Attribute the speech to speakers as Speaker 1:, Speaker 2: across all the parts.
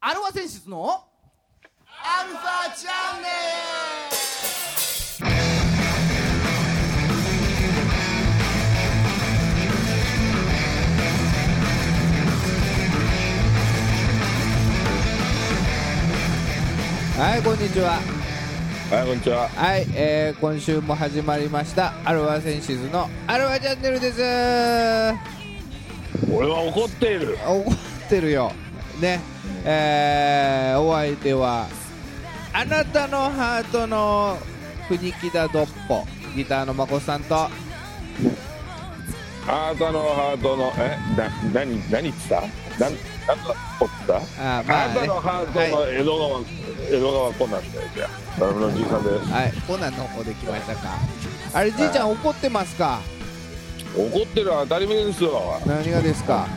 Speaker 1: アルファ選出のアルファチャンネ
Speaker 2: はいこんにちは
Speaker 3: はい、こんにちは。
Speaker 2: はい、えー、今週も始まりましたアルファセンシズのアルファチャンネルですあ
Speaker 3: 俺は怒っている。
Speaker 2: 怒ってるよねえー、お相手はあなたのハートの国木田ドッポギターのまこさんと
Speaker 3: あなたのハートの、え、な、なに、何言ってた。なん、なんか、怒ってた。
Speaker 2: あ
Speaker 3: あ
Speaker 2: ーまあね
Speaker 3: なたのハートの江戸川、江戸川コナンだよ、じゃあ。ドラムのじいさんで
Speaker 2: はいコナンの方で来ましたかあれじいちゃん怒ってますか
Speaker 3: す。怒ってるは当たり前ですよ。
Speaker 2: 何がですか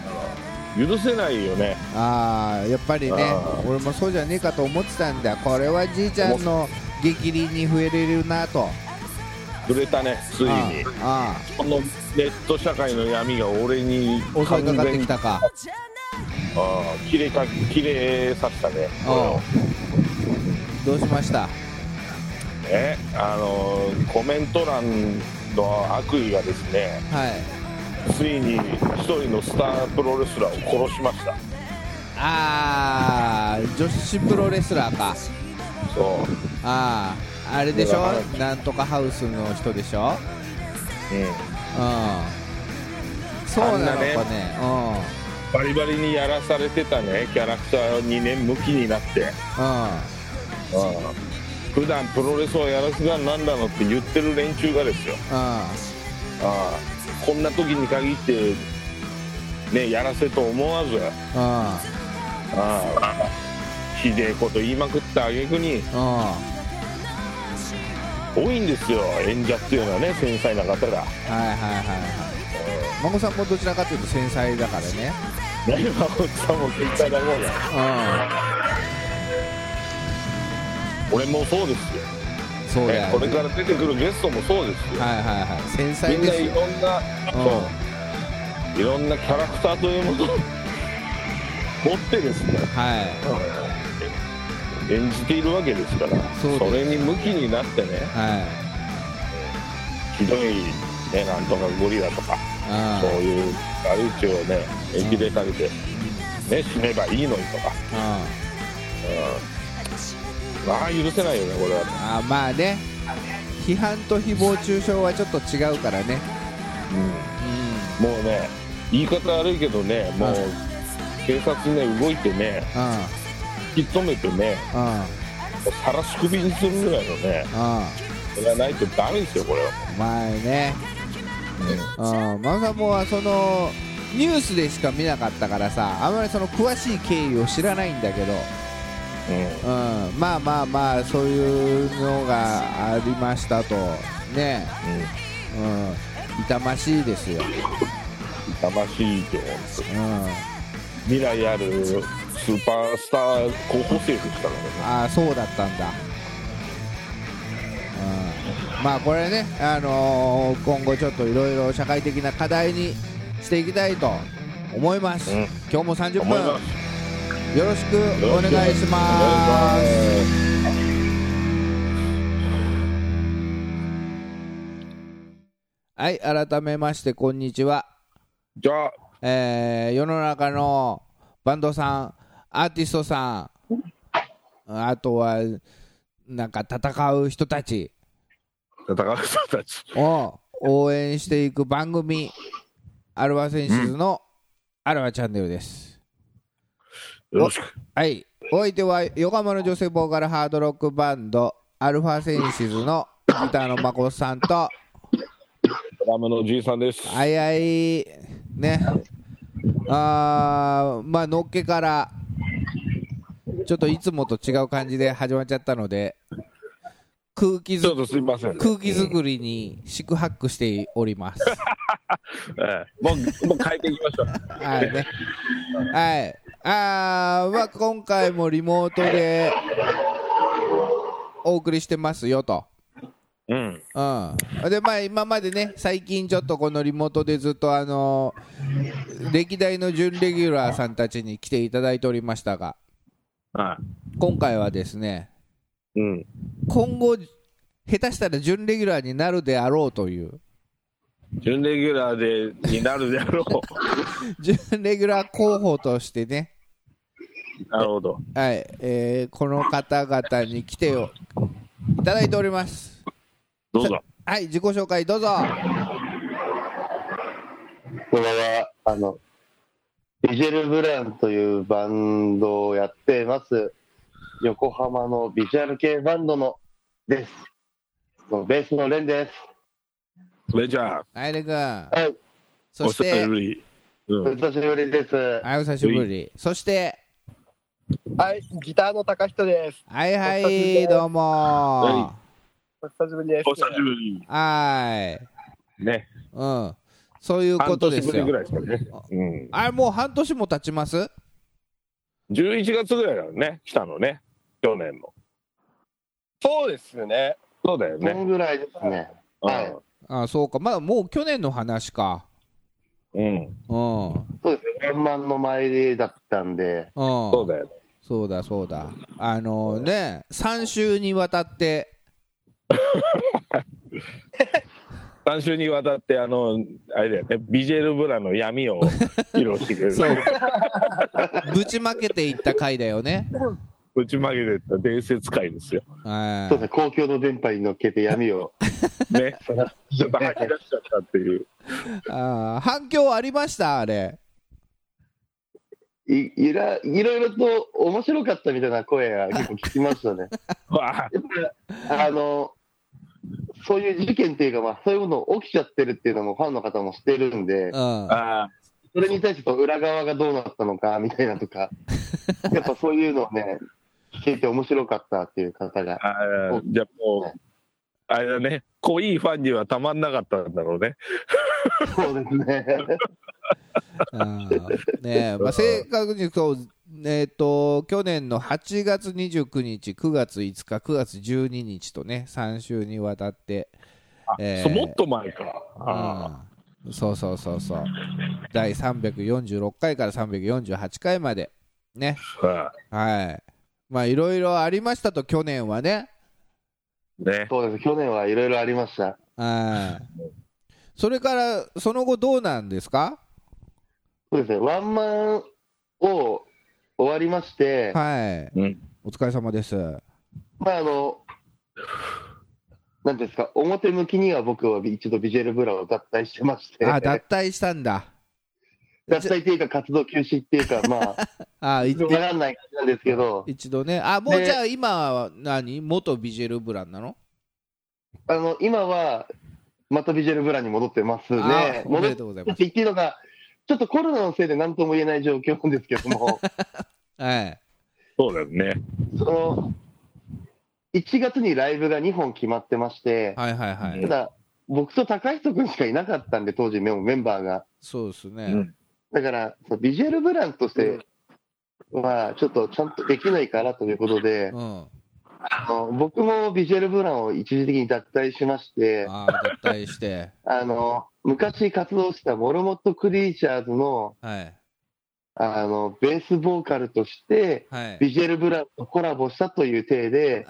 Speaker 3: 許せないよね。
Speaker 2: ああやっぱりね
Speaker 3: あ
Speaker 2: 俺もそうじゃねえかと思ってたんだこれはじいちゃんの激励に増えれるなと
Speaker 3: くれたね、ついに。
Speaker 2: あ
Speaker 3: このネット社会の闇が俺に
Speaker 2: あ襲いかかってきたか
Speaker 3: ああ、切れか、切れさせたね。
Speaker 2: あどうしました
Speaker 3: え、あのー、コメント欄の悪意がですね。
Speaker 2: はい
Speaker 3: ついに一人のスタープロレスラーを殺しました
Speaker 2: ああ女子プロレスラーか
Speaker 3: そう、
Speaker 2: あああれでしょなんとかハウスの人でしょ
Speaker 3: う
Speaker 2: うんそうなのかね
Speaker 3: あんなん、バリバリにやらされてたねキャラクターにね向きになって、
Speaker 2: うんうん
Speaker 3: うん、普段プロレスをやらすだなんだのって言ってる連中がですよ
Speaker 2: う
Speaker 3: ああこんな時に限ってねやらせと思わず
Speaker 2: んうん
Speaker 3: ああひでえこと言いまくった挙句に
Speaker 2: うん
Speaker 3: 多いんですよ演者っていうのはね繊細な方
Speaker 2: は
Speaker 3: が。
Speaker 2: いはいはいはい孫さんもどちらかというと繊細だからね
Speaker 3: 何がおっさんも繊細なもんが
Speaker 2: う
Speaker 3: 俺もそうですよ
Speaker 2: んそうだよ、
Speaker 3: ねこれから出てくるゲストもそうですよ、
Speaker 2: はいはいはい繊
Speaker 3: み
Speaker 2: 細
Speaker 3: んな
Speaker 2: です
Speaker 3: い
Speaker 2: よ
Speaker 3: ろ
Speaker 2: うん
Speaker 3: んな、そういろんなキャラクターというものを持ってですね、
Speaker 2: はい
Speaker 3: 演じているわけですから
Speaker 2: そうです
Speaker 3: れに向きになってね
Speaker 2: は
Speaker 3: ひどい、ね、なんとかゴリラとか、
Speaker 2: い
Speaker 3: そういう悪口をね駅でかけて、ね、死ねばいいのにとか、
Speaker 2: うん、うん、
Speaker 3: うん、まあ許せないよねこれは
Speaker 2: あまあね批判と誹謗中傷はちょっと違うからね
Speaker 3: うんもうね言い方悪いけどねもう
Speaker 2: うん
Speaker 3: 警察ね動いてね
Speaker 2: うんうん
Speaker 3: 引き止めてね
Speaker 2: うん
Speaker 3: さらし首にするぐらいのね
Speaker 2: うん
Speaker 3: それはないとダメですよこれは、
Speaker 2: まあねうん孫さんもはそのニュースでしか見なかったからさあんまりその詳しい経緯を知らないんだけど
Speaker 3: う
Speaker 2: うん、まあまあまあそういうのがありましたとね、
Speaker 3: んうん
Speaker 2: うん、痛ましいですよ、
Speaker 3: 痛ましいけど
Speaker 2: うん、
Speaker 3: 未来あるスーパースター候補生でしたからね
Speaker 2: ああそうだったんだ、うん、まあこれね、あのー今後ちょっといろいろ社会的な課題にしていきたいと思います、
Speaker 3: うん
Speaker 2: 今日も30
Speaker 3: 思
Speaker 2: 分
Speaker 3: います
Speaker 2: よろしくお願いし
Speaker 3: お
Speaker 2: ま
Speaker 3: 願い
Speaker 2: す
Speaker 3: します
Speaker 2: はい改めましてこんにちは
Speaker 3: じゃあ
Speaker 2: えー世の中のバンドさんアーティストさんあとはなんか戦う人たち
Speaker 3: 高橋さんたち
Speaker 2: を応援していく番組アルファセンシズのアルファチャンネルです、
Speaker 3: よろしく
Speaker 2: はいお相手は横浜の女性ボーカルハードロックバンドアルファセンシズのギターのまこさんと
Speaker 3: ドラムのじいさんです
Speaker 2: あいあいねあーまあのっけからちょっといつもと違う感じで始まっちゃったので空気
Speaker 3: ちょ
Speaker 2: づ
Speaker 3: っとすいません
Speaker 2: 空気作りに四苦八苦しております
Speaker 3: ええもうもう変えていきましょう
Speaker 2: はいねはいあーまあ今回もリモートでお送りしてますよと
Speaker 3: うん
Speaker 2: うん、でまあ今までね最近ちょっとこのリモートでずっとあの歴代の準レギュラーさんたちに来ていただいておりましたが、
Speaker 3: は
Speaker 2: 今回はですね
Speaker 3: い。うん。
Speaker 2: 今後下手したら準レギュラーになるであろうという
Speaker 3: 準レギュラーで、になるで あろう。
Speaker 2: 準レギュラー候補としてね、
Speaker 3: なるほど。
Speaker 2: はいえーこの方々に来てよいただいております
Speaker 3: どうぞ。
Speaker 2: はい自己紹介どうぞ
Speaker 4: こんばんは。あの、ビジェルブランというバンドをやってます。横浜のビジュアル系バンドのです。ベースのレンです。
Speaker 3: それじゃあ、
Speaker 2: はいレン君
Speaker 4: はい、
Speaker 2: そ
Speaker 3: お
Speaker 2: して
Speaker 3: 久しぶり。う
Speaker 4: お
Speaker 3: ん。
Speaker 4: 久しぶりです。は
Speaker 2: はいお久しぶりそして
Speaker 5: はい、ギターの高人です。
Speaker 2: はいは
Speaker 5: お久しぶり
Speaker 2: い
Speaker 5: です
Speaker 2: どうもは
Speaker 3: は
Speaker 5: お久しぶりです。
Speaker 3: お久しぶり。
Speaker 2: ーい
Speaker 3: ね。
Speaker 2: うんそういうこ
Speaker 3: 半
Speaker 2: と
Speaker 3: 年
Speaker 2: です
Speaker 3: ぶり
Speaker 2: よ
Speaker 3: ぐらいですかね。
Speaker 2: あれもう半年も経ちます
Speaker 3: うん。11月ぐらいだよね。来たのね。去年の。
Speaker 5: そうですよね。
Speaker 3: そうだよ
Speaker 4: この
Speaker 3: ね。
Speaker 4: ぐらいですね。はい
Speaker 2: あそうかまだもう去年の話か
Speaker 3: うん。うん。
Speaker 2: うんうん
Speaker 4: そうですね。円満の参りだったんで、
Speaker 3: そうだよね。
Speaker 2: そうだそうだあのね3週にわたって
Speaker 3: 3週にわたって、あの、あれだよね。ビジェルブラの闇 を披露してくれる。
Speaker 2: そうぶちまけていった回だよね
Speaker 3: ぶちまけてった伝説会ですよ。
Speaker 2: は
Speaker 4: そうですね。公共の電波に乗っけて闇を。
Speaker 3: ね。ちょっと吐き出しちゃったっていう。
Speaker 2: いあー反響ありましたあれ
Speaker 4: いいらいろいろと面白かったみたいな声が結構聞きましたね。
Speaker 3: わあ
Speaker 4: やっぱあのそういう事件っていうか、まあ、そういうもの起きちゃってるっていうのもファンの方もしてるんで、
Speaker 2: うん
Speaker 3: ああ。
Speaker 4: それに対してこう裏側がどうなったのかみたいな とか、やっぱそういうのをね、聞いて面白かったっていう方が、
Speaker 3: ああじゃあもう、あれだね。濃いファンにはたまんなかったんだろうね。
Speaker 4: そうですね、
Speaker 2: うんね え、まあ、正確にそう、えー、と去年の8月29日、9月5日、9月12日とね、3週にわたって、えー
Speaker 3: そうもっと前か。ああ
Speaker 2: うんそうそうそうそう、第346回から348回まで、ね、
Speaker 3: あ
Speaker 2: はい、まあ、いろいろありましたと、去年はね、
Speaker 3: あね。
Speaker 4: そうです、去年はいろいろありました。
Speaker 2: はいそれからその後、どうなんですか
Speaker 4: そうですね、ワンマンを終わりまして、
Speaker 2: はい、
Speaker 3: うん
Speaker 2: お疲れ様です。
Speaker 4: まああの、なんていうんですか、表向きには僕は一度ビジュアルブラを脱退してまして、
Speaker 2: あ、脱退したんだ。
Speaker 4: 脱退っていうか、活動休止っていうか、まあ、
Speaker 2: あい
Speaker 4: 分からんない感じなんですけど、
Speaker 2: 一度ねあもう
Speaker 4: で
Speaker 2: じゃあ今は何元ビジェルブランなの
Speaker 4: あの今は、またビジュアルブラに戻ってますね
Speaker 2: あ。おめ
Speaker 4: 戻
Speaker 2: で
Speaker 4: っ
Speaker 2: とうござい
Speaker 4: た
Speaker 2: ます
Speaker 4: って言っていいのか、ちょっとコロナのせいで何とも言えない状況なんですけど も、
Speaker 2: はい
Speaker 3: そうだよね。
Speaker 4: その1月にライブが2本決まってまして、
Speaker 2: はいはいはい
Speaker 4: ただ、僕と高人君しかいなかったんで、当時、メンメンバーが。
Speaker 2: そうですね、
Speaker 3: うん
Speaker 4: だから、そのビジュアルブランとしては、ちょっとちゃんとできないからということで、
Speaker 2: うん、
Speaker 4: あの僕もビジュアルブランを一時的に脱退しまして、
Speaker 2: あ脱退して
Speaker 4: あの昔活動したモルモット・クリーチャーズの
Speaker 2: はい
Speaker 4: あのベースボーカルとして、
Speaker 2: はい
Speaker 4: ビジュアルブランとコラボしたという体 で、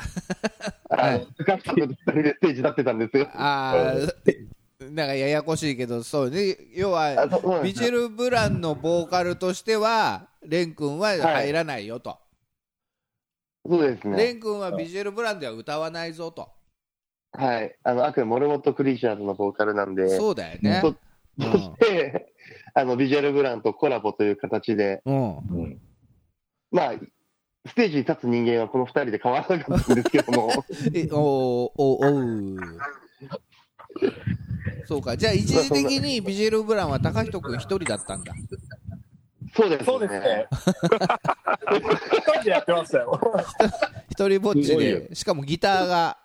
Speaker 2: は
Speaker 4: あ
Speaker 2: い
Speaker 4: の高橋君と二人でステージ立ってたんですよ。
Speaker 2: あーなんかややこしいけどそうね要は
Speaker 4: あそうなんで
Speaker 2: ビ
Speaker 4: す
Speaker 2: ジェルブランのボーカルとしてはレン君は入らないよと、
Speaker 4: そうです
Speaker 2: レ
Speaker 4: ね、
Speaker 2: ン君はビジェルブランでは歌わないぞと、
Speaker 4: はい、あのあくまでモルモット・クリーチャーズのボーカルなんで、
Speaker 2: そうだよね
Speaker 4: そ
Speaker 2: うん
Speaker 4: そしてあのビジュアルブランとコラボという形で、
Speaker 2: うん
Speaker 3: うん
Speaker 4: まあ、ステージに立つ人間はこの二人で変わらなかったんですけど も、
Speaker 2: えおーおーおうそうかじゃあ一時的にビジェル・ブランは高人君一人だったんだ
Speaker 4: そうですね。
Speaker 5: そうですね。一人でやってましたよ。
Speaker 2: 一人ぼっち
Speaker 3: すごいよ
Speaker 2: でしかもギターが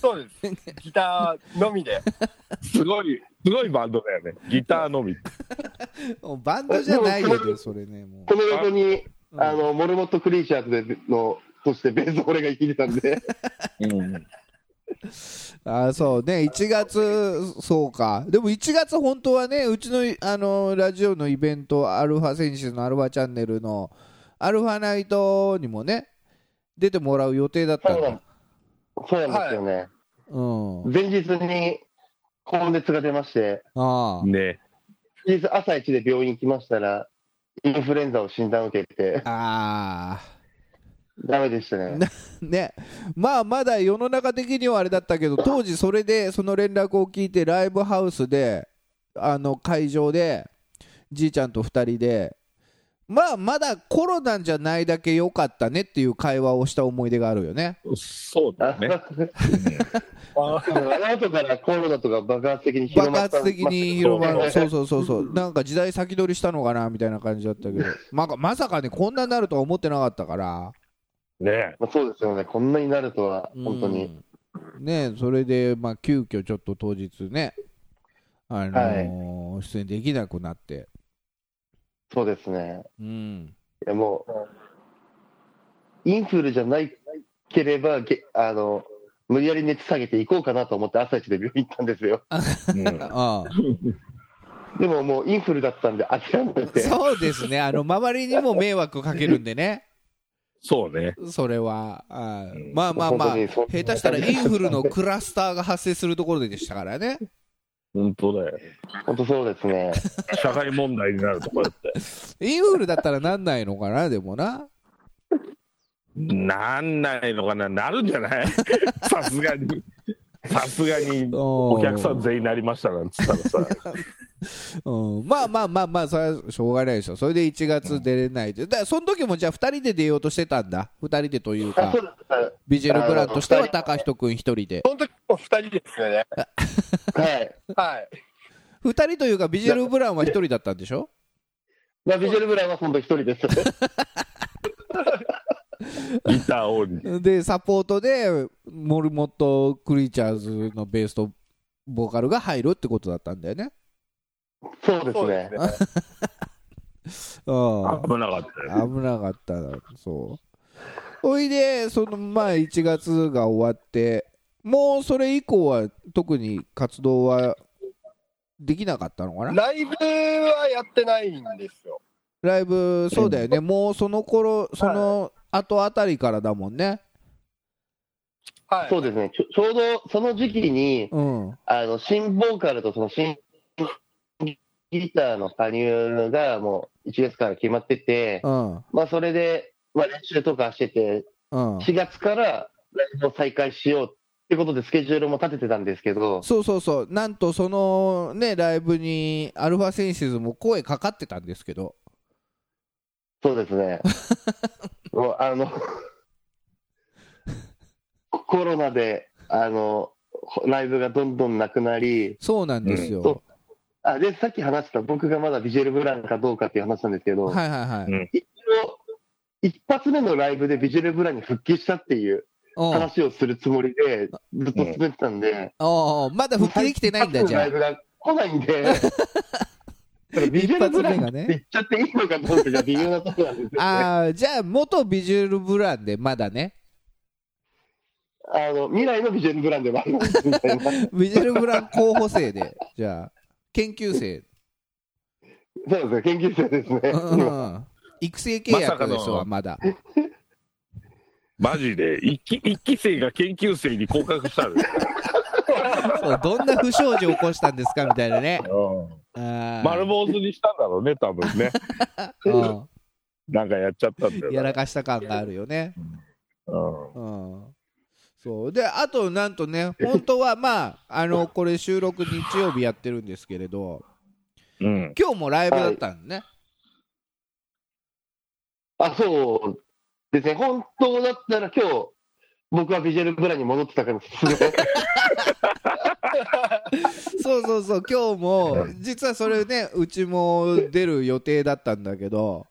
Speaker 5: そうです。ギターのみで。
Speaker 3: すごい、すごいバンドだよね。ギターのみ。
Speaker 2: もうバンドじゃない よねそれねもう
Speaker 4: この横に
Speaker 2: うん
Speaker 4: あのモルモット・クリーチャーズでのとしてベース俺が生きてたん で
Speaker 3: うん。
Speaker 2: あーそうね1月そうかでも1月本当はねうちのあのラジオのイベントアルファ選手のアルファチャンネルのアルファナイトにもね、出てもらう予定だったん
Speaker 4: そうな
Speaker 2: だ
Speaker 4: ん。そうなんですよね。
Speaker 2: うん。あ
Speaker 4: 前日に高熱が出まして、
Speaker 2: あ。
Speaker 3: ね。
Speaker 4: 前日朝一で病院行きましたら、インフルエンザを診断受けて、
Speaker 2: ああ。
Speaker 4: ダメでしたね。
Speaker 2: ね。まあ、まだ世の中的にはあれだったけど、当時それで、その連絡を聞いて、ライブハウスで、あの、会場で、じいちゃんと二人で、まあ、まだコロナじゃないだけ良かったねっていう会話をした思い出があるよね。
Speaker 3: そうだね。
Speaker 5: あ
Speaker 4: あの後からコロナとか爆発的に
Speaker 2: 爆
Speaker 4: 広まった
Speaker 2: 発的に広まる、そ
Speaker 4: そ
Speaker 2: ううそうそうそう、なんか時代先取りしたのかなみたいな感じだったけど、まあまさかね、こんなになるとは思ってなかったから、
Speaker 3: ね。
Speaker 4: まあそうですよね、こんなになるとは、
Speaker 2: うん
Speaker 4: 本当に。
Speaker 2: ね、それで、まあ急遽ちょっと当日ね、あのー出演できなくなって、
Speaker 4: そうですね。
Speaker 2: うん、
Speaker 4: いやもう、インフルじゃないければ、げあの無理やり熱下げていこうかなと思って、朝一で病院行ったんですよ。
Speaker 3: うん
Speaker 2: ああ
Speaker 4: でももう、インフルだったんで、諦めて、
Speaker 2: そうですね、あの周りにも迷惑かけるんでね、
Speaker 3: そうね。
Speaker 2: それは、ああ
Speaker 3: うん
Speaker 2: まあまあまあ、
Speaker 4: 本当にそ
Speaker 2: 下
Speaker 4: う
Speaker 2: 手したらインフルのクラスターが発生するところでしたからね。
Speaker 3: 本当だよ。
Speaker 4: 本当そうですね。
Speaker 3: 社会問題になるとこだって。
Speaker 2: インフルだったらなんないのかな、でもな。
Speaker 3: なんないのかな。なるんじゃ ないさすがに。さすがに。お
Speaker 2: お
Speaker 3: 客さん全員なりましたなんつったらさ、
Speaker 2: うん、まあまあまあまあ、それはしょうがないでしょ、それで1月出れないで、だからその時もじゃあ、2人で出ようとしてたんだ、2人でという
Speaker 4: あ
Speaker 2: か
Speaker 4: そ、うです
Speaker 2: ビジュアルブランとして
Speaker 4: あ
Speaker 2: は、
Speaker 4: の二人
Speaker 2: 高人君1人で、
Speaker 5: その時も二人ですよね。
Speaker 4: はい。
Speaker 5: はい。
Speaker 2: 2人というか、ビジュアルブランは1人だったんでしょ、
Speaker 4: まあ、ビジュアルブランは本当一人です。
Speaker 3: ギターを
Speaker 2: で、サポートで、モルモット・クリーチャーズのベースとボーカルが入るってことだったんだよね。
Speaker 4: そうです
Speaker 5: そうで
Speaker 4: ね
Speaker 5: す。ね。
Speaker 2: うん
Speaker 3: 危なかったよ。
Speaker 2: 危なかったなそうおいでそのまあ1月が終わってもうそれ以降は特に活動はできなかったのかな
Speaker 5: ライブはやってないんですよ。
Speaker 2: ライブそうだよねもうその頃その後あたりからだもんね
Speaker 5: はい。
Speaker 4: そうですね。ちょちょうどその時期に、
Speaker 2: うん
Speaker 4: あの、新ボーカルとその新ギターの加入がもう1月から決まってて、
Speaker 2: うん
Speaker 4: まあ、それで、まあ、練習とかしてて、
Speaker 2: うん
Speaker 4: 4月からライブを再開しようってことでスケジュールも立ててたんですけど、
Speaker 2: そうそうそうなんとそのねライブにアルファセンシズも声かかってたんですけど
Speaker 4: そうです ね。もうあの、コロナで、あの、ライブがどんどんなくなり、
Speaker 2: そうなんです
Speaker 4: うんそ
Speaker 2: よ、
Speaker 4: あでさっき話した僕がまだビジュアルブランかどうかっていう話なんですけど、
Speaker 2: はいはいはい、
Speaker 3: うん
Speaker 4: 一発目のライブでビジュアルブランに復帰したっていう
Speaker 2: うん、あ
Speaker 4: 話をするつもりで、ずっと滑ってたんで、
Speaker 2: あまだ復帰できてないんだじゃ
Speaker 4: ラ
Speaker 2: あ
Speaker 4: イブが来ない んで、ビジュアルブランって言っちゃっていいのかどうかが微妙なところなんですよ、ね。あ
Speaker 2: ああ、じゃあ、元ビジュアルブランで、まだね、
Speaker 4: の未来のビジュアルブランではありますみたいな。
Speaker 2: ビジュアルブラン候補生で、 じゃあ、研究生、
Speaker 4: そうですね、研究生ですね。
Speaker 2: うんうん、育成契約ですわ、まだ。
Speaker 3: マジで一期一期生が研究生に降格したのよ
Speaker 2: そうどんな不祥事起こしたんですかみたいなね。あー
Speaker 3: 丸坊主にしたんだろうね、多分 ね。
Speaker 2: う
Speaker 3: なんかやっちゃったんだよ
Speaker 2: ん、
Speaker 3: ね。
Speaker 2: やらかした感があるよね。
Speaker 3: うん
Speaker 2: うん、そうで、あと、なんと ね、本当は、まあ、あのこれ、収録日曜日やってるんですけれど、
Speaker 3: うん。
Speaker 2: 今日もライブだったんね。
Speaker 4: あ、そうですね、本当だったら今日僕はビジュアルブランに戻ってたからですね。
Speaker 2: そうそうそう、今日も、実はそれね、うちも出る予定だったんだけど、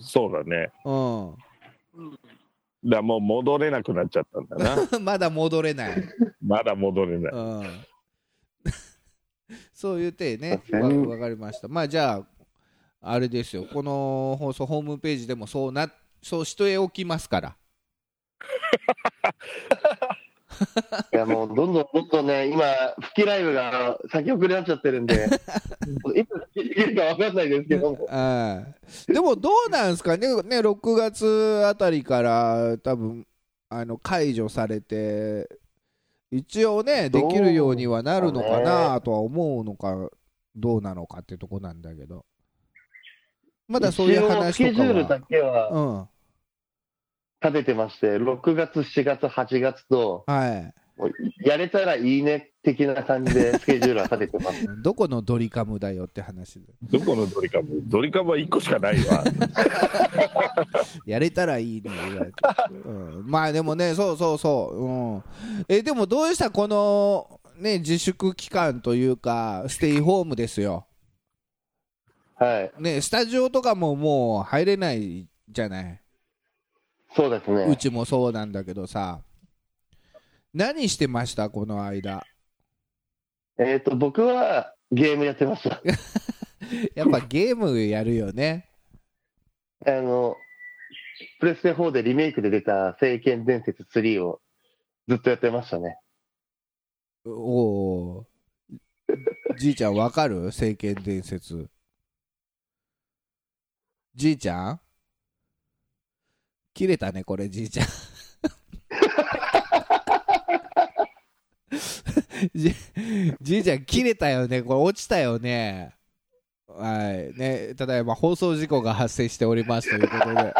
Speaker 3: そうだね。
Speaker 2: う
Speaker 3: だからもう戻れなくなっちゃったんだ な。
Speaker 2: ん、 まだ戻れない、
Speaker 3: まだ戻れない。
Speaker 2: うん、 そう言ってね、
Speaker 4: 確か
Speaker 2: わ
Speaker 4: に
Speaker 2: わかりました、まあじゃあ、あれですよ、この放送、ホームページでもそうな、そうしておきますから、
Speaker 4: いやもうどんどんどんどんね、今、吹きライブが先送りになっちゃってる んで、いつ吹き切れるか分かんないですけども、
Speaker 2: はいでもどうなんですかね、ね6月あたりから多分あの解除されて、一応ね、できるようにはなるのかなとは思うのか、どうなのかっていうとこなんだけど、まだそういう
Speaker 4: 一応
Speaker 2: 話
Speaker 4: スケ
Speaker 2: と
Speaker 4: ジ
Speaker 2: か
Speaker 4: ュールだ
Speaker 2: は。
Speaker 4: けは
Speaker 2: うん、
Speaker 4: 立ててまして、6月、7月、8月と、
Speaker 2: はい
Speaker 4: やれたらいいね的な感 じでスケジュールは立ててます。
Speaker 2: どこのドリカムだよって話で
Speaker 3: どこのドリカムドリカムは1個しかない わ。
Speaker 2: やれたらいいね言われて、うん、まあでもねそうそうそう、うん、えでもどうしたこのね自粛期間というかステイホームですよ
Speaker 4: はい、
Speaker 2: ねスタジオとかももう入れないじゃない
Speaker 4: そうです
Speaker 2: う
Speaker 4: ね。
Speaker 2: ちもそうなんだけどさ何してましたこの間
Speaker 4: えっ、と、僕はゲームやってました。
Speaker 2: やっぱゲームやるよね
Speaker 4: あの、プレステ4でリメイクで出た聖剣伝説3をずっとやってましたね。
Speaker 2: おおじいちゃんわかる聖剣伝説じいちゃん切れたねこれじいちゃん じじいちゃん切れたよねこれ落ちたよねはいねただいま放送事故が発生しておりますということで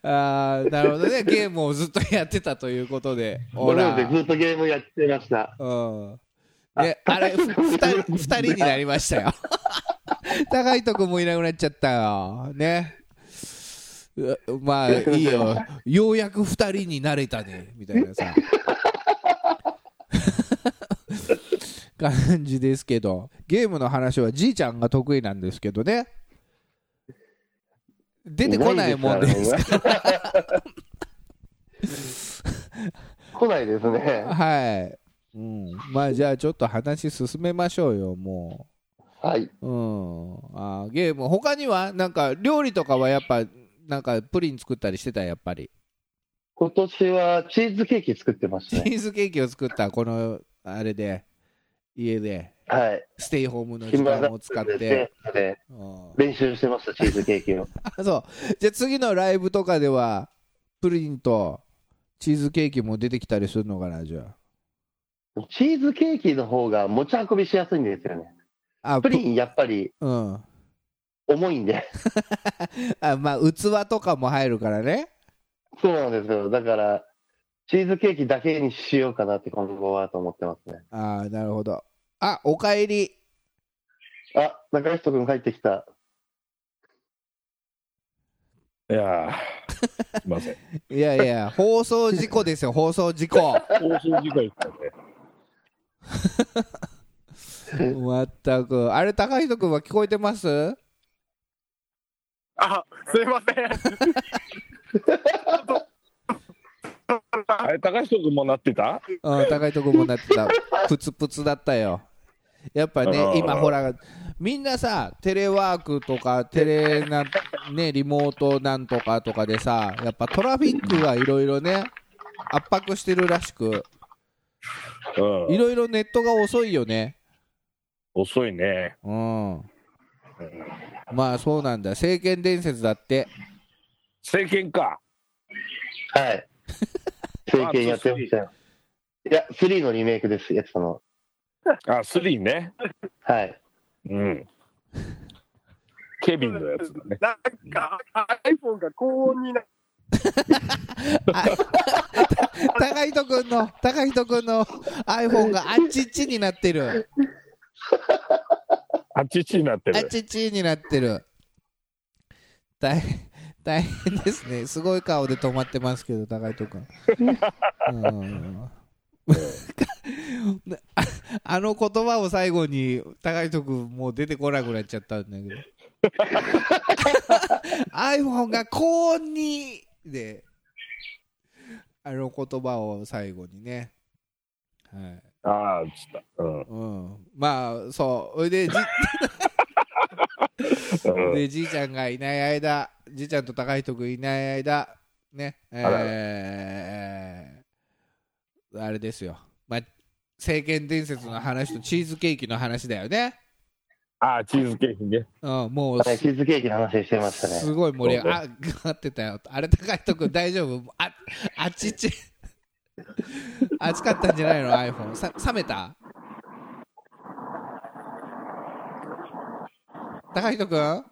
Speaker 2: あーなるほどねゲームをずっとやってたということでほ
Speaker 4: 俺
Speaker 2: ら
Speaker 4: もねずっとゲームやってました。
Speaker 2: うん。ね、あれ、ふ二人二人になりました よ。高いとこもいなくなっちゃったよ。ね。うまあ、いいよ。ようやく二人になれたね、みたいな さ。感じですけど、ゲームの話はじいちゃんが得意なんですけどね。出てこないもんです
Speaker 4: すからね 来ないですね。
Speaker 2: はい。うん、まあじゃあちょっと話進めましょうよも
Speaker 4: はい。
Speaker 2: う、うん、あーゲーム他にはなんか料理とかはやっぱなんかプリン作ったりしてたやっぱり
Speaker 4: 今年はチーズケーキ作ってまし
Speaker 2: チ
Speaker 4: たね。
Speaker 2: ーズケーキを作ったこのあれで家で
Speaker 4: はい。
Speaker 2: ステイホームの時
Speaker 4: 暇だ
Speaker 2: 間を
Speaker 4: っ
Speaker 2: 使
Speaker 4: た
Speaker 2: っ
Speaker 4: んで
Speaker 2: て、
Speaker 4: で
Speaker 2: うん、
Speaker 4: 練習してました、チーズケーキを。
Speaker 2: あそうじゃあ次のライブとかではプリンとチーズケーキも出てきたりするのかなじゃ
Speaker 4: チーズケーキの方が持ち運びしやすいんですよね。
Speaker 2: ああ
Speaker 4: プリンやっぱり
Speaker 2: うん
Speaker 4: 重いんで。
Speaker 2: あまあ器とかも入るからね
Speaker 4: そうなんですよ。だから、チーズケーキだけにしようかなって今後はと思ってますね。
Speaker 2: ああなるほどあおかえり
Speaker 4: あ、中人君帰ってきた。
Speaker 3: いやー、すいません。
Speaker 2: いやいや、放送事故ですよ、放送事故。
Speaker 3: 放送事故ですからね。
Speaker 2: まったく。あれ、高人君は聞こえてます
Speaker 5: あ、すいません。
Speaker 3: あれ、高橋君もなってた
Speaker 2: うん、高人君もなってた。プツプツだったよ。やっぱ
Speaker 3: あ
Speaker 2: ね、
Speaker 3: ー
Speaker 2: 今ほら、みんなさ、テレワークとか、テレな、ね、リモートなんとかとかでさ、やっぱトラフィックがいろいろね、圧迫してるらしく、
Speaker 3: う
Speaker 2: い
Speaker 3: ん。
Speaker 2: ろいろネットが遅いよね。
Speaker 3: 遅いね。
Speaker 2: うん。まあそうなんだ。聖剣伝説だって。
Speaker 3: 政権か。
Speaker 4: はい。政権やってましたよ。いや、3のリメイクです、やってたの。
Speaker 3: あ、3ね。
Speaker 4: はい。
Speaker 3: うん。ケビンのやつだね。
Speaker 5: なんか iPhone が高温にな
Speaker 2: 高人くんの、高人くんの iPhone があっちっちになってる。
Speaker 3: あっちっちになって
Speaker 2: あっ
Speaker 3: る。
Speaker 2: ちっちになってる。大変、大変ですね。すごい顔で止まってますけど、高人くん。うん ああの言葉を最後に高人くんもう出てこなくなっちゃったんだけど iPhone が高温にであの言葉を最後にね、はい、
Speaker 3: ああ、つった。うん。
Speaker 2: うん、まあそうそれでじ
Speaker 3: うん
Speaker 2: でじいちゃんがいない間じいちゃんと高い人君いない間ね、
Speaker 3: らら
Speaker 2: えー、あれですよ、まあ、聖剣伝説の話とチーズケーキの話だよね。
Speaker 3: ああ、チーズケーキね。
Speaker 2: うん、もう
Speaker 4: はい、チーズケーキの話してましたね。
Speaker 2: すごい盛り上があ上がってたよ。あれ、高いとこ大丈夫ああちち。 熱かったんじゃないの iPhone さ冷めた高人君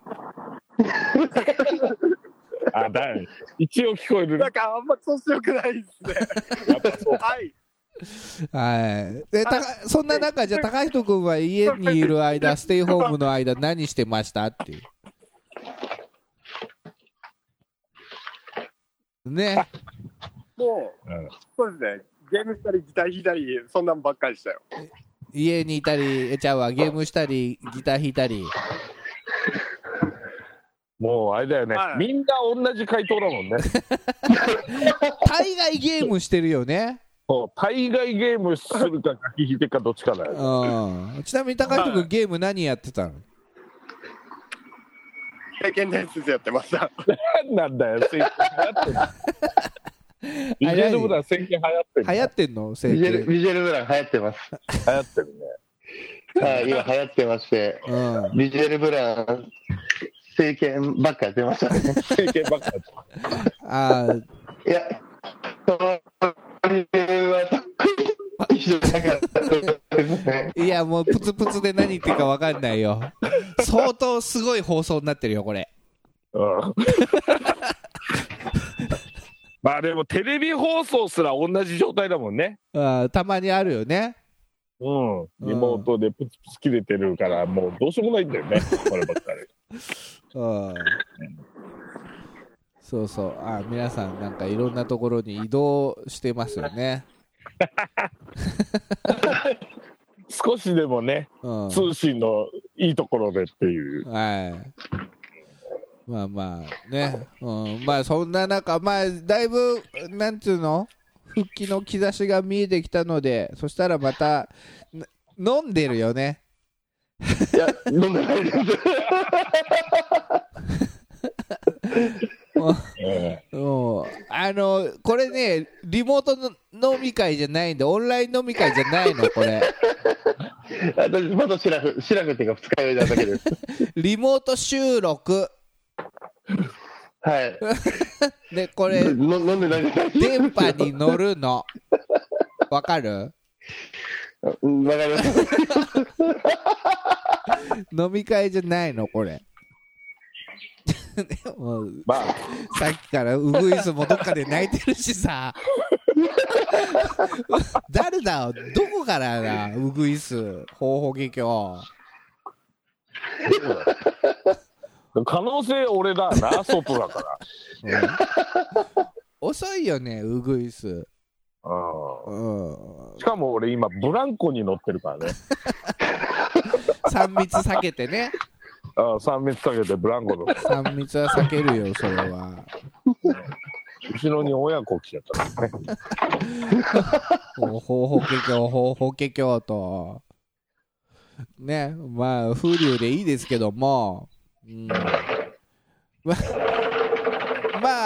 Speaker 3: ああ、だい一応聞こえる。
Speaker 5: なんかあんま調子良くないですね。
Speaker 3: やっぱそう
Speaker 5: はい。
Speaker 2: はいでたかそんな中じゃあ高人君は家にいる間ステイホームの間何してましたっていうね
Speaker 5: もう、
Speaker 3: うん
Speaker 5: そうですね。ゲームしたり、ギター弾いたり、そんなんばっかりしたよ。
Speaker 2: 家にいたりえちゃんはゲームしたりギター弾いたり
Speaker 3: もうあれだよね、
Speaker 5: はい
Speaker 3: みんな同じ回答だもん ね。
Speaker 2: 大概ゲームしてるよね
Speaker 3: そう大概ゲームするか、書き引いてか、どっちかだよ。
Speaker 2: うんちなみに高人
Speaker 5: は
Speaker 2: 君ゲーム何やってたの
Speaker 5: 経験伝説やってました。
Speaker 3: なんだよ、最近流行ってる。ビジェルブラ最近流行ってる。
Speaker 2: 流行ってんの整
Speaker 4: ビジェル
Speaker 2: 形
Speaker 4: ビジェルブラン流行ってます。
Speaker 3: 流行ってるね。
Speaker 4: はい、今流行ってまして、
Speaker 2: うん
Speaker 4: ビジュエルブラン、政権ばっかやってましたね。
Speaker 3: 整形ばっかり。
Speaker 2: あー
Speaker 4: いや、それは特に一緒だからですね。
Speaker 2: いやもうプツプツで何言ってるか分かんないよ相当すごい放送になってるよこれ
Speaker 3: うん。 まあでもテレビ放送すら同じ状態だもんね。
Speaker 2: うんたまにあるよね
Speaker 3: うん。リモートでプツプツ切れてるから、もうどうしようもないんだよ ね。こればっかり。
Speaker 2: うんそうそうあ皆さんなんかいろんなところに移動してますよね
Speaker 3: 少しでもね、
Speaker 2: うん
Speaker 3: 通信のいいところでっていう。
Speaker 2: はい。まあまあね、うん、まあそんな中、まあだいぶ、なんつうの、復帰の兆しが見えてきたので、そしたらまた、な飲んでるよね。
Speaker 4: いや、飲んでないです。
Speaker 2: も
Speaker 3: え
Speaker 2: うもうあの、これね、リモートの飲み会じゃないんで、オンライン飲み会じゃないの、これ。
Speaker 4: 私、まだシラフ、シラフっていうか二日酔いなだけです。
Speaker 2: リモート収録。
Speaker 4: はい。
Speaker 2: で、これ、
Speaker 4: の飲んでないです。
Speaker 2: 電波に乗るの。わかる
Speaker 4: うんわかりました。
Speaker 2: 飲み会じゃないの、これ。でも
Speaker 3: えまあ、
Speaker 2: さっきからウグイスもどっかで泣いてるしさ誰だどこからだウグイス方法華経
Speaker 3: 可能性俺だな、外だか
Speaker 2: 遅いよねウグイス
Speaker 3: ら。う
Speaker 2: うん
Speaker 3: ん。しかも俺今、ブランコに乗ってるからね。
Speaker 2: 3密避けてね
Speaker 3: ああ3密かけてブランコの
Speaker 2: 3密は避けるよそれは
Speaker 3: 後ろに親子来ちゃったからね。
Speaker 2: もう方法華経方法華経とねまあ風流でいいですけども、うん、まあま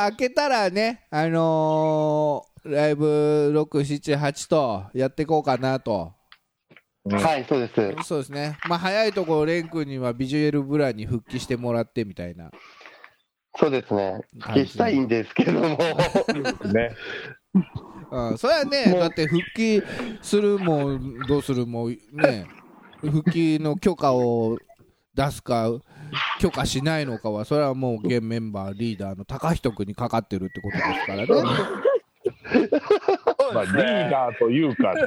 Speaker 2: あ開けたらねあのーライブ678とやっていこうかなと
Speaker 4: はい、そうです。
Speaker 2: そうですねまあ早いところ蓮君にはビジュエルブラに復帰してもらってみたいな
Speaker 4: そうですね。消したいんですけども。
Speaker 3: ね。
Speaker 2: うん、それはね、だって復帰するもどうするもね、復帰の許可を出すか、許可しないのかは、それはもう現メンバー、リーダーの高仁君にかかってるってことですからね。
Speaker 3: まあ、リーダーというか、
Speaker 2: リ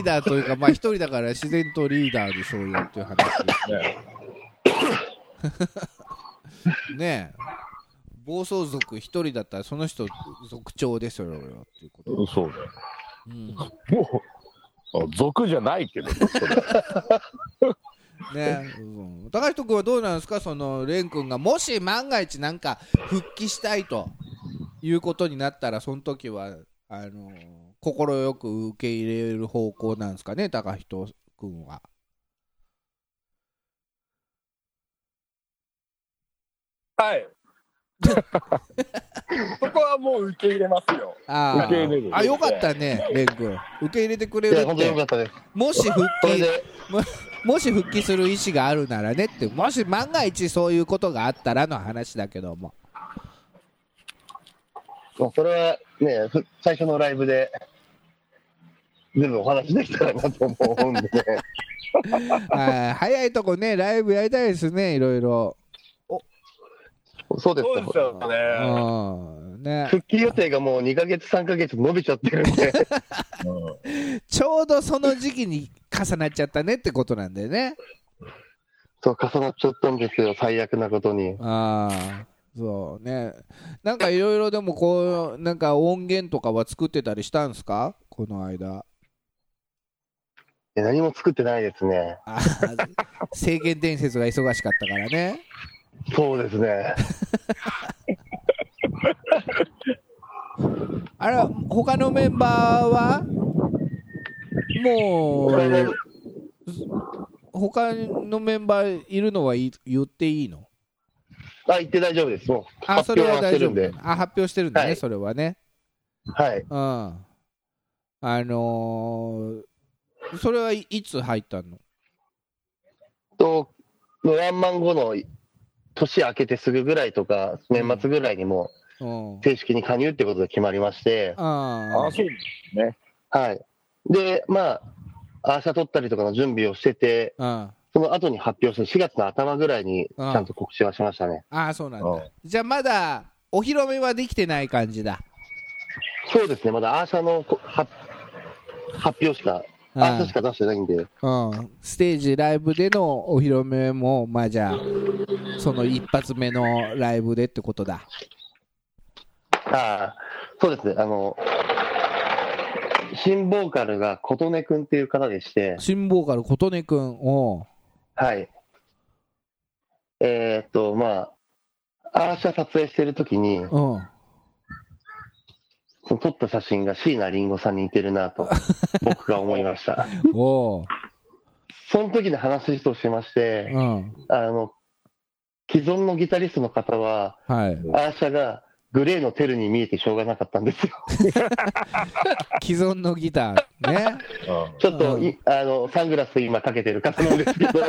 Speaker 2: ーダーというか、まあ一人だから自然とリーダーでしょうよっていう話です
Speaker 3: ね、
Speaker 2: ね。暴走族一人だったら、その人、族長ですよ、っていうこと。
Speaker 3: そうだ
Speaker 2: うん
Speaker 3: よ。もう、族じゃないけど、
Speaker 2: ね、うん高橋君はどうなんですか、その蓮君がもし万が一なんか復帰したいということになったら、その時はあの快く受け入れる方向なんですかね、高橋君は。
Speaker 5: はい。そこはもう受け入れますよ。
Speaker 2: あー
Speaker 3: 受け入れる
Speaker 2: あよかったねレン君受け入れてくれ
Speaker 4: い
Speaker 2: る
Speaker 4: や、
Speaker 2: っ
Speaker 4: 本当によか
Speaker 2: て
Speaker 4: ったです。
Speaker 2: もし復
Speaker 4: これ
Speaker 2: 帰
Speaker 4: で、
Speaker 2: ももし復帰する意思があるならねってもし万が一そういうことがあったらの話だけども
Speaker 4: まあそれはね、ふ最初のライブで、全部お話できたらなと思うんでね。
Speaker 2: はい早いとこねライブやりたいですねいろいろ
Speaker 4: そうです
Speaker 5: そうですよ
Speaker 2: う
Speaker 5: ね。
Speaker 2: んね
Speaker 4: 復帰予定がもう2ヶ月、3ヶ月伸びちゃってるんで、
Speaker 2: ちょうどその時期に重なっちゃったねってことなんだよね
Speaker 4: そう、重なっちゃったんですよ、最悪なことに。
Speaker 2: ああそうねなんかいろいろでもこうなんか音源とかは作ってたりしたんすかこの間
Speaker 4: え何も作ってないですね。
Speaker 2: あー聖剣伝説が忙しかったからね
Speaker 4: そうですね。
Speaker 2: あれ他のメンバーはも
Speaker 4: これで
Speaker 2: う他のメンバーいるのはい言っていいの
Speaker 4: あ、言って大丈夫です。もう、
Speaker 2: あ
Speaker 4: 発
Speaker 2: それ
Speaker 4: 表
Speaker 2: は
Speaker 4: はして
Speaker 2: 大丈
Speaker 4: るん
Speaker 2: 夫
Speaker 4: で。
Speaker 2: あ発表してるんだね、
Speaker 4: はい
Speaker 2: それはね
Speaker 4: はい。
Speaker 2: うんあのーそれはいいつ入ったの
Speaker 4: と、ワンマン後の年明けてすぐぐらいとか、年末ぐらいにも
Speaker 2: うん
Speaker 4: う正式に加入ってことで決まりまして、
Speaker 2: あ
Speaker 3: あ
Speaker 2: ー
Speaker 3: そう
Speaker 4: はい。で、まあ、アーシャ撮ったりとかの準備をしてて、
Speaker 2: あ
Speaker 4: その後に発表する4月の頭ぐらいにち
Speaker 2: うん
Speaker 4: ゃんと告知はしましたね。
Speaker 2: あーそうなん
Speaker 3: う
Speaker 2: だじゃあまだお披露目はできてない感じだ
Speaker 4: そうですね、まだアーシャのこ発発表しか、アーシャしか出してないんで、
Speaker 2: うん、ステージライブでのお披露目もまあじゃあその一発目のライブでってことだ
Speaker 4: ああ、そうですね、あの、新ボーカルが琴音くんっていう方でして、
Speaker 2: 新ボーカル琴音くんお
Speaker 4: はい。えーっと、まあ、アーシャ撮影してるときに、
Speaker 2: ううん
Speaker 4: その撮った写真が椎名林檎さんに似てるなと、僕が思いました。
Speaker 2: おう
Speaker 4: その時の話としまして、
Speaker 2: うん
Speaker 4: あの、既存のギタリストの方は、
Speaker 2: はい
Speaker 4: アーシャがグレーのテルに見えてしょうがなかったんですよ。
Speaker 2: 既存のギターね、
Speaker 3: うん
Speaker 4: ちょっとい、あの、サングラス今かけてる方なんですけ
Speaker 2: う
Speaker 4: ど、
Speaker 2: ん、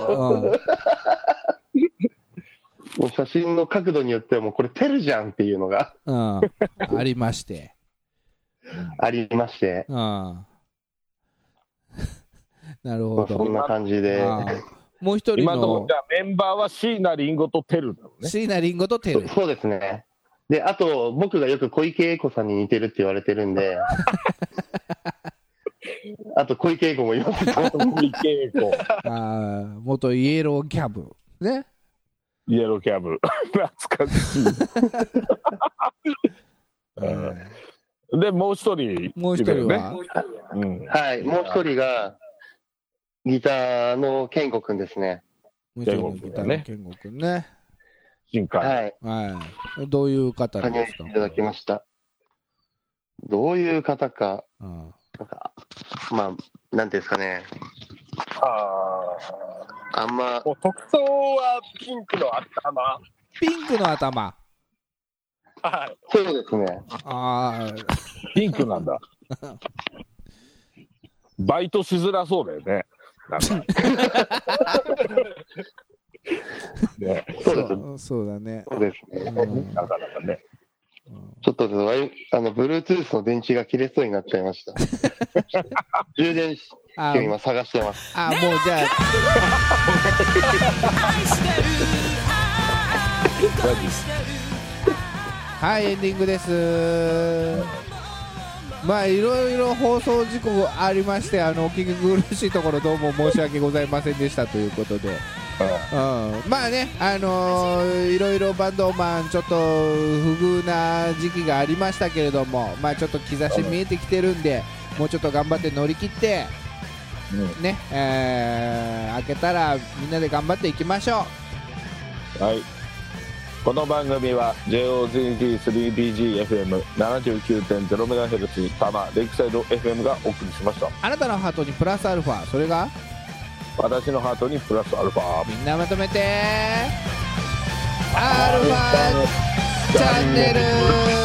Speaker 4: もう写真の角度によってはもうこれテルじゃんっていうのが
Speaker 2: うん、ありまして
Speaker 4: ありまして、
Speaker 2: うんな る
Speaker 4: ま
Speaker 2: ほ
Speaker 4: あそん
Speaker 2: ど
Speaker 4: な感じで、
Speaker 2: あーもう一人
Speaker 3: 今のところ
Speaker 2: の
Speaker 3: じゃあメンバーは椎名林檎とテルなのね
Speaker 2: 椎名林檎とテル
Speaker 4: そうですね。で、あと、僕がよく小池栄子さんに似てるって言われてるん で、あと小池栄子もいます。
Speaker 3: 三池栄子
Speaker 2: あー元イエローキャブね
Speaker 3: イエローキャブ 懐かしい うんでもう一人
Speaker 2: もう一人
Speaker 3: いるよね
Speaker 2: は、
Speaker 3: うん
Speaker 4: はい、もう一人が、ギターの健吾くんですね。
Speaker 2: もう一人のギターの健吾くんね
Speaker 3: 新海、
Speaker 4: はい、
Speaker 2: はい。どういう方なん
Speaker 4: 加入
Speaker 2: です
Speaker 4: して
Speaker 2: か
Speaker 4: いただきました。どういう方か、
Speaker 2: うん
Speaker 4: まあ、なんていうんですかね、
Speaker 5: あ
Speaker 4: あんま
Speaker 5: ー、もう特徴はピンクの頭。
Speaker 2: ピンクの頭。
Speaker 5: はい。
Speaker 4: そうですね。
Speaker 2: あ
Speaker 3: ピンクな んだバイトしづらそうだよねなんか ね
Speaker 2: あ、
Speaker 4: そうです。
Speaker 2: うそうだね。
Speaker 4: そうですね。
Speaker 2: うん
Speaker 3: なかなかね
Speaker 4: ちょっとですねわい、あの、Bluetooth の電池が切れそうになっちゃいました。充電器
Speaker 2: あ
Speaker 4: を今探してます。
Speaker 2: あ、もうじゃあ、はい、エンディングです。まあいろいろ放送事故ありましてあのお聞き苦しいところどうも申し訳ございませんでしたということで、うん、まあねあのーいろいろバンドマンちょっと不遇な時期がありましたけれどもまあちょっと兆し見えてきてるんでもうちょっと頑張って乗り切って、ねえー、開けたらみんなで頑張っていきましょ
Speaker 3: はい。この番組は JOZG3BGFM79.0MHz 多摩レイクサイド FM がお送りしました
Speaker 2: うあなたのハートにプラスアルファそれが
Speaker 3: 私のハートにプラスアルファ
Speaker 2: みんなまとめてアルファチャンネル